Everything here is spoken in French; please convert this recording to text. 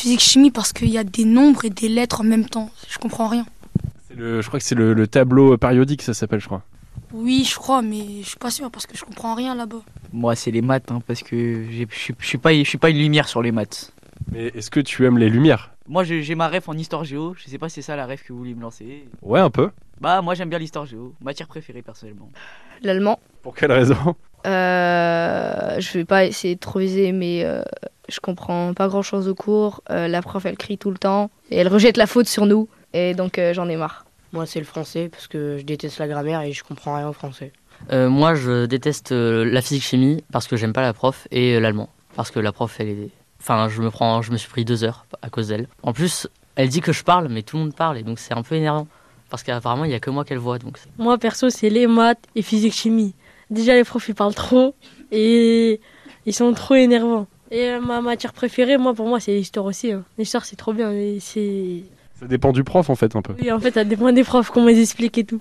physique-chimie parce qu'il y a des nombres et des lettres en même temps. Je comprends rien. Le, je crois que c'est le, le tableau périodique, ça s'appelle, je crois. Oui, je crois, mais je suis pas sûr parce que je comprends rien là-bas. Moi, c'est les maths, hein, parce que j'ai- je suis- je suis pas, je suis pas une lumière sur les maths. Mais est-ce que tu aimes les lumières Moi, j'ai j'ai ma ref en histoire géo. Je sais pas si c'est ça la ref que vous voulez me lancer. Ouais, un peu. Bah, moi, j'aime bien l'histoire géo. Matière préférée, personnellement. L'allemand. Pour quelle raison Euh, je vais pas essayer de trop viser, mais euh, je comprends pas grand chose au cours. Euh, la prof, elle crie tout le temps et elle rejette la faute sur nous. Et donc, euh, j'en ai marre. Moi, c'est le français parce que je déteste la grammaire et je comprends rien au français. Euh, moi, je déteste euh, la physique-chimie parce que j'aime pas la prof et euh, l'allemand parce que la prof, elle est. Enfin, je me prends, je me suis pris deux heures à cause d'elle. En plus, elle dit que je parle, mais tout le monde parle et donc c'est un peu énervant parce qu'apparemment il y a que moi qu'elle voit donc. c'est- Moi, perso, c'est les maths et physique-chimie. Déjà, les profs, ils parlent trop et ils sont trop énervants. Et euh, ma matière préférée, moi, pour moi, c'est l'histoire aussi. hein. L'histoire, c'est trop bien. mais c'est... Ça dépend du prof, en fait, un peu. Oui, en fait, ça dépend des profs, comment ils expliquent et tout.